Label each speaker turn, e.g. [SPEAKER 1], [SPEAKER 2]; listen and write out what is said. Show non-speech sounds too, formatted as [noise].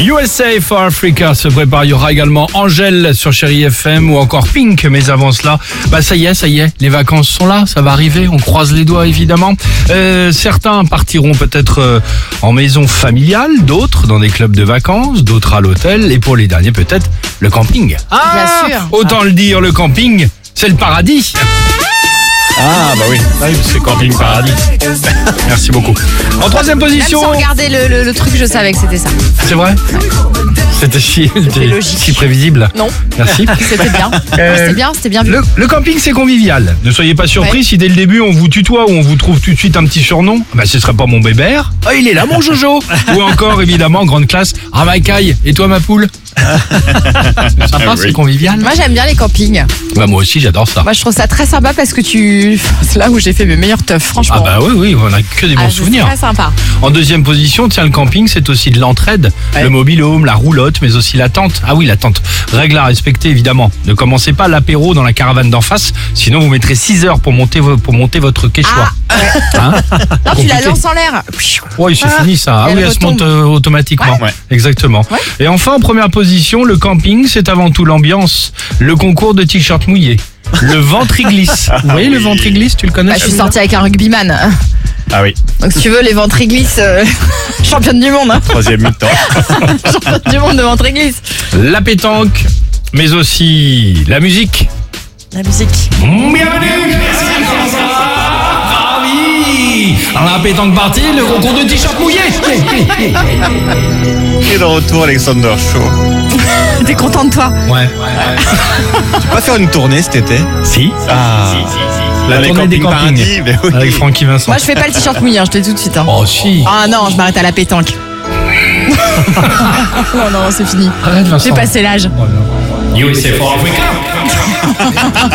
[SPEAKER 1] USA for Africa se prépare. Il y aura également Angèle sur Chéri FM ou encore Pink. Mais avant cela, bah ça y est, ça y est, les vacances sont là, ça va arriver. On croise les doigts évidemment. Euh, certains partiront peut-être euh, en maison familiale, d'autres dans des clubs de vacances, d'autres à l'hôtel et pour les derniers peut-être le camping. Ah,
[SPEAKER 2] Bien sûr.
[SPEAKER 1] autant le dire, le camping, c'est le paradis. Ah bah oui, c'est camping paradis. [laughs] Merci beaucoup. En troisième
[SPEAKER 2] Même
[SPEAKER 1] position.
[SPEAKER 2] Ah, sans regarder le, le- le truc, je savais que c'était ça.
[SPEAKER 1] C'est vrai [laughs] C'était si,
[SPEAKER 2] logique.
[SPEAKER 1] si prévisible.
[SPEAKER 2] Non,
[SPEAKER 1] [laughs] Merci.
[SPEAKER 2] c'était [laughs] bien.
[SPEAKER 1] Euh,
[SPEAKER 2] C'était bien, c'était bien vu.
[SPEAKER 1] Le, le camping, c'est convivial. Ne soyez pas surpris
[SPEAKER 2] Ouais.
[SPEAKER 1] si dès le début on vous tutoie ou on vous trouve tout de suite un petit surnom. Bah, ce serait pas mon bébert. Ah, il est là, mon Jojo. [laughs] ou encore, évidemment, grande classe. Ah, ma caille. Et toi, ma [laughs] poule C'est sympa, c'est convivial.
[SPEAKER 2] Moi, j'aime bien les campings.
[SPEAKER 1] Bah, moi aussi, j'adore ça.
[SPEAKER 2] Moi, je trouve ça très sympa parce que tu. C'est là où j'ai fait mes meilleurs teufs, franchement.
[SPEAKER 1] Ah, bah oui, oui, on a que des bons
[SPEAKER 2] Ah, c'est
[SPEAKER 1] souvenirs.
[SPEAKER 2] Très sympa.
[SPEAKER 1] En deuxième position, tiens, le camping, c'est aussi de l'entraide.
[SPEAKER 2] Ouais.
[SPEAKER 1] Le mobile home, la roulotte, mais aussi la tente. Ah oui, la tente. Règle à respecter, évidemment. Ne commencez pas l'apéro dans la caravane d'en face, sinon vous mettrez 6 heures pour monter, vo- pour monter votre quechua.
[SPEAKER 2] Ah,
[SPEAKER 1] [laughs] Hein
[SPEAKER 2] Non, tu la
[SPEAKER 1] Compliqué.
[SPEAKER 2] lances en l'air.
[SPEAKER 1] Oui, c'est
[SPEAKER 2] Ah,
[SPEAKER 1] fini ça. Ah
[SPEAKER 2] elle
[SPEAKER 1] oui, elle se
[SPEAKER 2] retombe.
[SPEAKER 1] monte euh, automatiquement.
[SPEAKER 3] Ouais. Ouais.
[SPEAKER 1] Exactement.
[SPEAKER 2] Ouais.
[SPEAKER 1] Et enfin, en première position, le camping, c'est avant tout l'ambiance. Le concours de t-shirts mouillés. Le
[SPEAKER 2] [laughs]
[SPEAKER 1] ventriglisse. Vous voyez le
[SPEAKER 3] oui.
[SPEAKER 1] ventriglisse, tu le connais
[SPEAKER 2] Ah Bah, je suis
[SPEAKER 1] celui-là
[SPEAKER 2] sortie avec un rugbyman. [laughs]
[SPEAKER 3] Ah oui,
[SPEAKER 2] Donc, si tu veux, les ventres glissent. euh, [laughs] championne du monde. hein. [laughs]
[SPEAKER 3] troisième [laughs] mi-temps.
[SPEAKER 2] Championne du monde de ventre glisse.
[SPEAKER 1] La pétanque, mais aussi la musique.
[SPEAKER 2] La musique.
[SPEAKER 1] Bienvenue Ravi À la pétanque partie, le concours de t-shirt mouillé
[SPEAKER 3] Et de retour, Alexander Shaw.
[SPEAKER 2] T'es content de toi
[SPEAKER 1] Ouais.
[SPEAKER 3] Tu peux pas faire une tournée cet été
[SPEAKER 1] Si
[SPEAKER 3] Ah,
[SPEAKER 1] La
[SPEAKER 3] dans les
[SPEAKER 1] tournée des
[SPEAKER 3] campings
[SPEAKER 1] campings.
[SPEAKER 3] paradis, mais oui.
[SPEAKER 1] Avec Francky Vincent.
[SPEAKER 2] Moi, je fais pas le t-shirt mouillé, hein, je te le dis tout de suite. hein.
[SPEAKER 1] Oh si
[SPEAKER 2] Ah non, je m'arrête à la pétanque. [laughs] non, non, c'est fini.
[SPEAKER 1] Arrête Vincent
[SPEAKER 2] J'ai passé l'âge.
[SPEAKER 1] USA for Africa